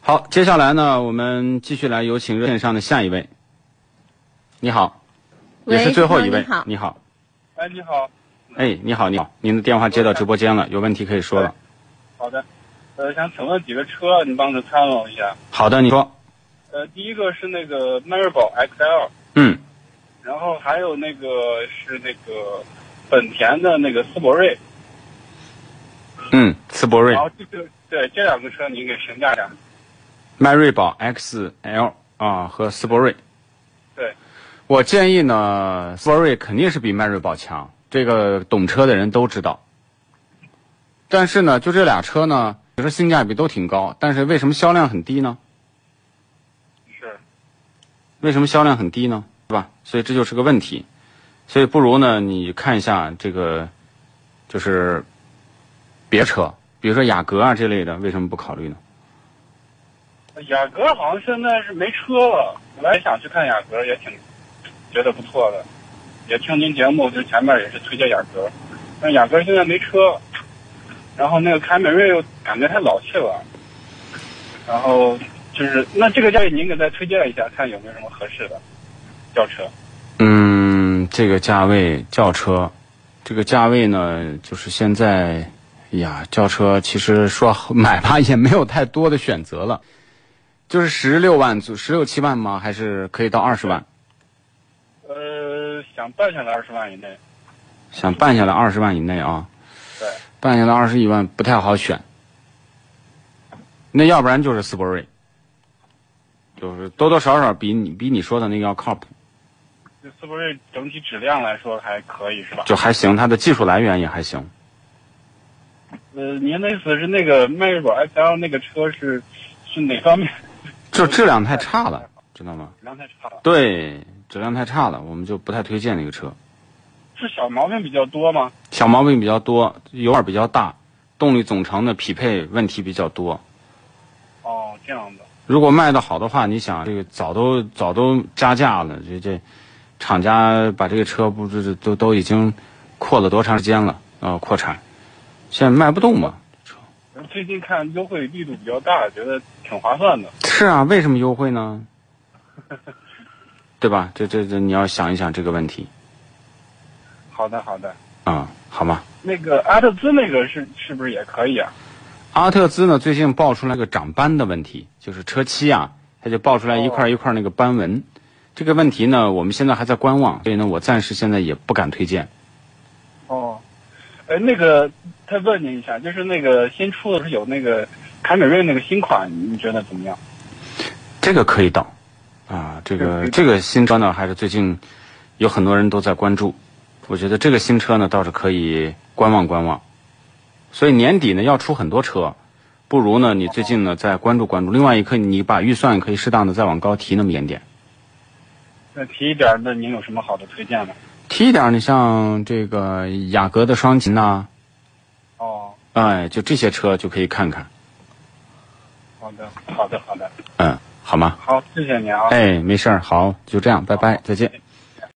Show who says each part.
Speaker 1: 好，接下来呢，我们继续来有请热线上的下一位。你好，也是最后一位
Speaker 2: 你好。，
Speaker 1: 你好，
Speaker 3: 哎，你好，
Speaker 1: 哎，你好，你好，您的电话接到直播间了，有问题可以说了。
Speaker 3: 好的，呃，想请问几个车，你帮着参谋一下。
Speaker 1: 好的，你说，
Speaker 3: 呃，第一个是那个迈锐宝 XL，
Speaker 1: 嗯，
Speaker 3: 然后还有那个是那个本田的那个思铂睿，
Speaker 1: 嗯，思铂睿
Speaker 3: 然，后这个对这两个车您给评价一下。
Speaker 1: 迈锐宝 XL 啊和思铂睿。
Speaker 3: 对，
Speaker 1: 我建议呢，思铂睿肯定是比迈锐宝强，这个懂车的人都知道。但是呢，就这俩车呢，你说性价比都挺高，但是为什么销量很低呢？
Speaker 3: 是，
Speaker 1: 为什么销量很低呢？是吧？所以这就是个问题。所以不如呢，你看一下这个，就是别车，比如说雅阁啊这类的，为什么不考虑呢？
Speaker 3: 雅阁好像现在是没车了，本来想去看雅阁，也挺觉得不错的，也听您节目，就前面也是推荐雅阁，但是雅阁现在没车，然后那个凯美瑞又感觉太老气了，然后就是那这个建议您给再推荐一下，看有没有什么合适的轿车。
Speaker 1: 嗯，这个价位轿车，这个价位呢，就是现在，哎呀，轿车其实说买吧也没有太多的选择了，就是十六万左十六七万吗？还是可以到二十万？
Speaker 3: 呃，想办下来二十万以内，
Speaker 1: 想办下来二十万以内啊，
Speaker 3: 对，
Speaker 1: 办下来二十一万不太好选。那要不然就是思铂睿，就是多多少少比你比你说的那个要靠谱，
Speaker 3: 这思铂睿整体质量来说还可以是吧？
Speaker 1: 就还行，它的技术来源也还行。
Speaker 3: 呃，您的意思是那个迈锐宝 XL 那个车是是哪方面？
Speaker 1: 就质量太差了，知道吗？
Speaker 3: 质量太差了，
Speaker 1: 对，质量太差了，我们就不太推荐那个车。
Speaker 3: 是小毛病比较多吗？
Speaker 1: 小毛病比较多，油耳比较大，动力总成的匹配问题比较多。
Speaker 3: 哦，这样子，
Speaker 1: 如果卖的好的话，你想这个早都早都加价了，这这厂家把这个车不是都都已经扩了多长时间了啊、扩产，现在卖不动嘛。
Speaker 3: 然后最近看优惠力度比较大，觉得挺划算的。
Speaker 1: 是啊，为什么优惠呢？对吧？这这这，你要想一想这个问题
Speaker 3: 好的，好的。
Speaker 1: 啊、好吗？
Speaker 3: 那个阿特兹那个是是不是也可以啊？
Speaker 1: 阿特兹呢，最近爆出来个长斑的问题，就是车漆啊，它就爆出来一块一块那个斑纹。这个问题呢，我们现在还在观望，所以呢，我暂时现在也不敢推荐。
Speaker 3: 哦，哎，那个再问您一下，就是那个新出的是有那个凯美瑞那个新款，你觉得怎么样？
Speaker 1: 这个可以等，啊，这个
Speaker 3: 嗯
Speaker 1: 这个新车呢，还是最近有很多人都在关注。我觉得这个新车呢，倒是可以观望观望。所以年底呢要出很多车，不如呢你最近呢再关注关注。另外一个，你把预算可以适当的再往高提那么一点点。
Speaker 3: 那提一点儿，那您有什么好的推荐吗？
Speaker 1: 提一点儿，你像这个雅阁的双擎呐、
Speaker 3: 哦，
Speaker 1: 哎，就这些车就可以看看，
Speaker 3: 好的，好的，好的，
Speaker 1: 嗯，好吗？
Speaker 3: 好，谢谢您啊。
Speaker 1: 哎，没事儿，好，就这样，拜拜，再见。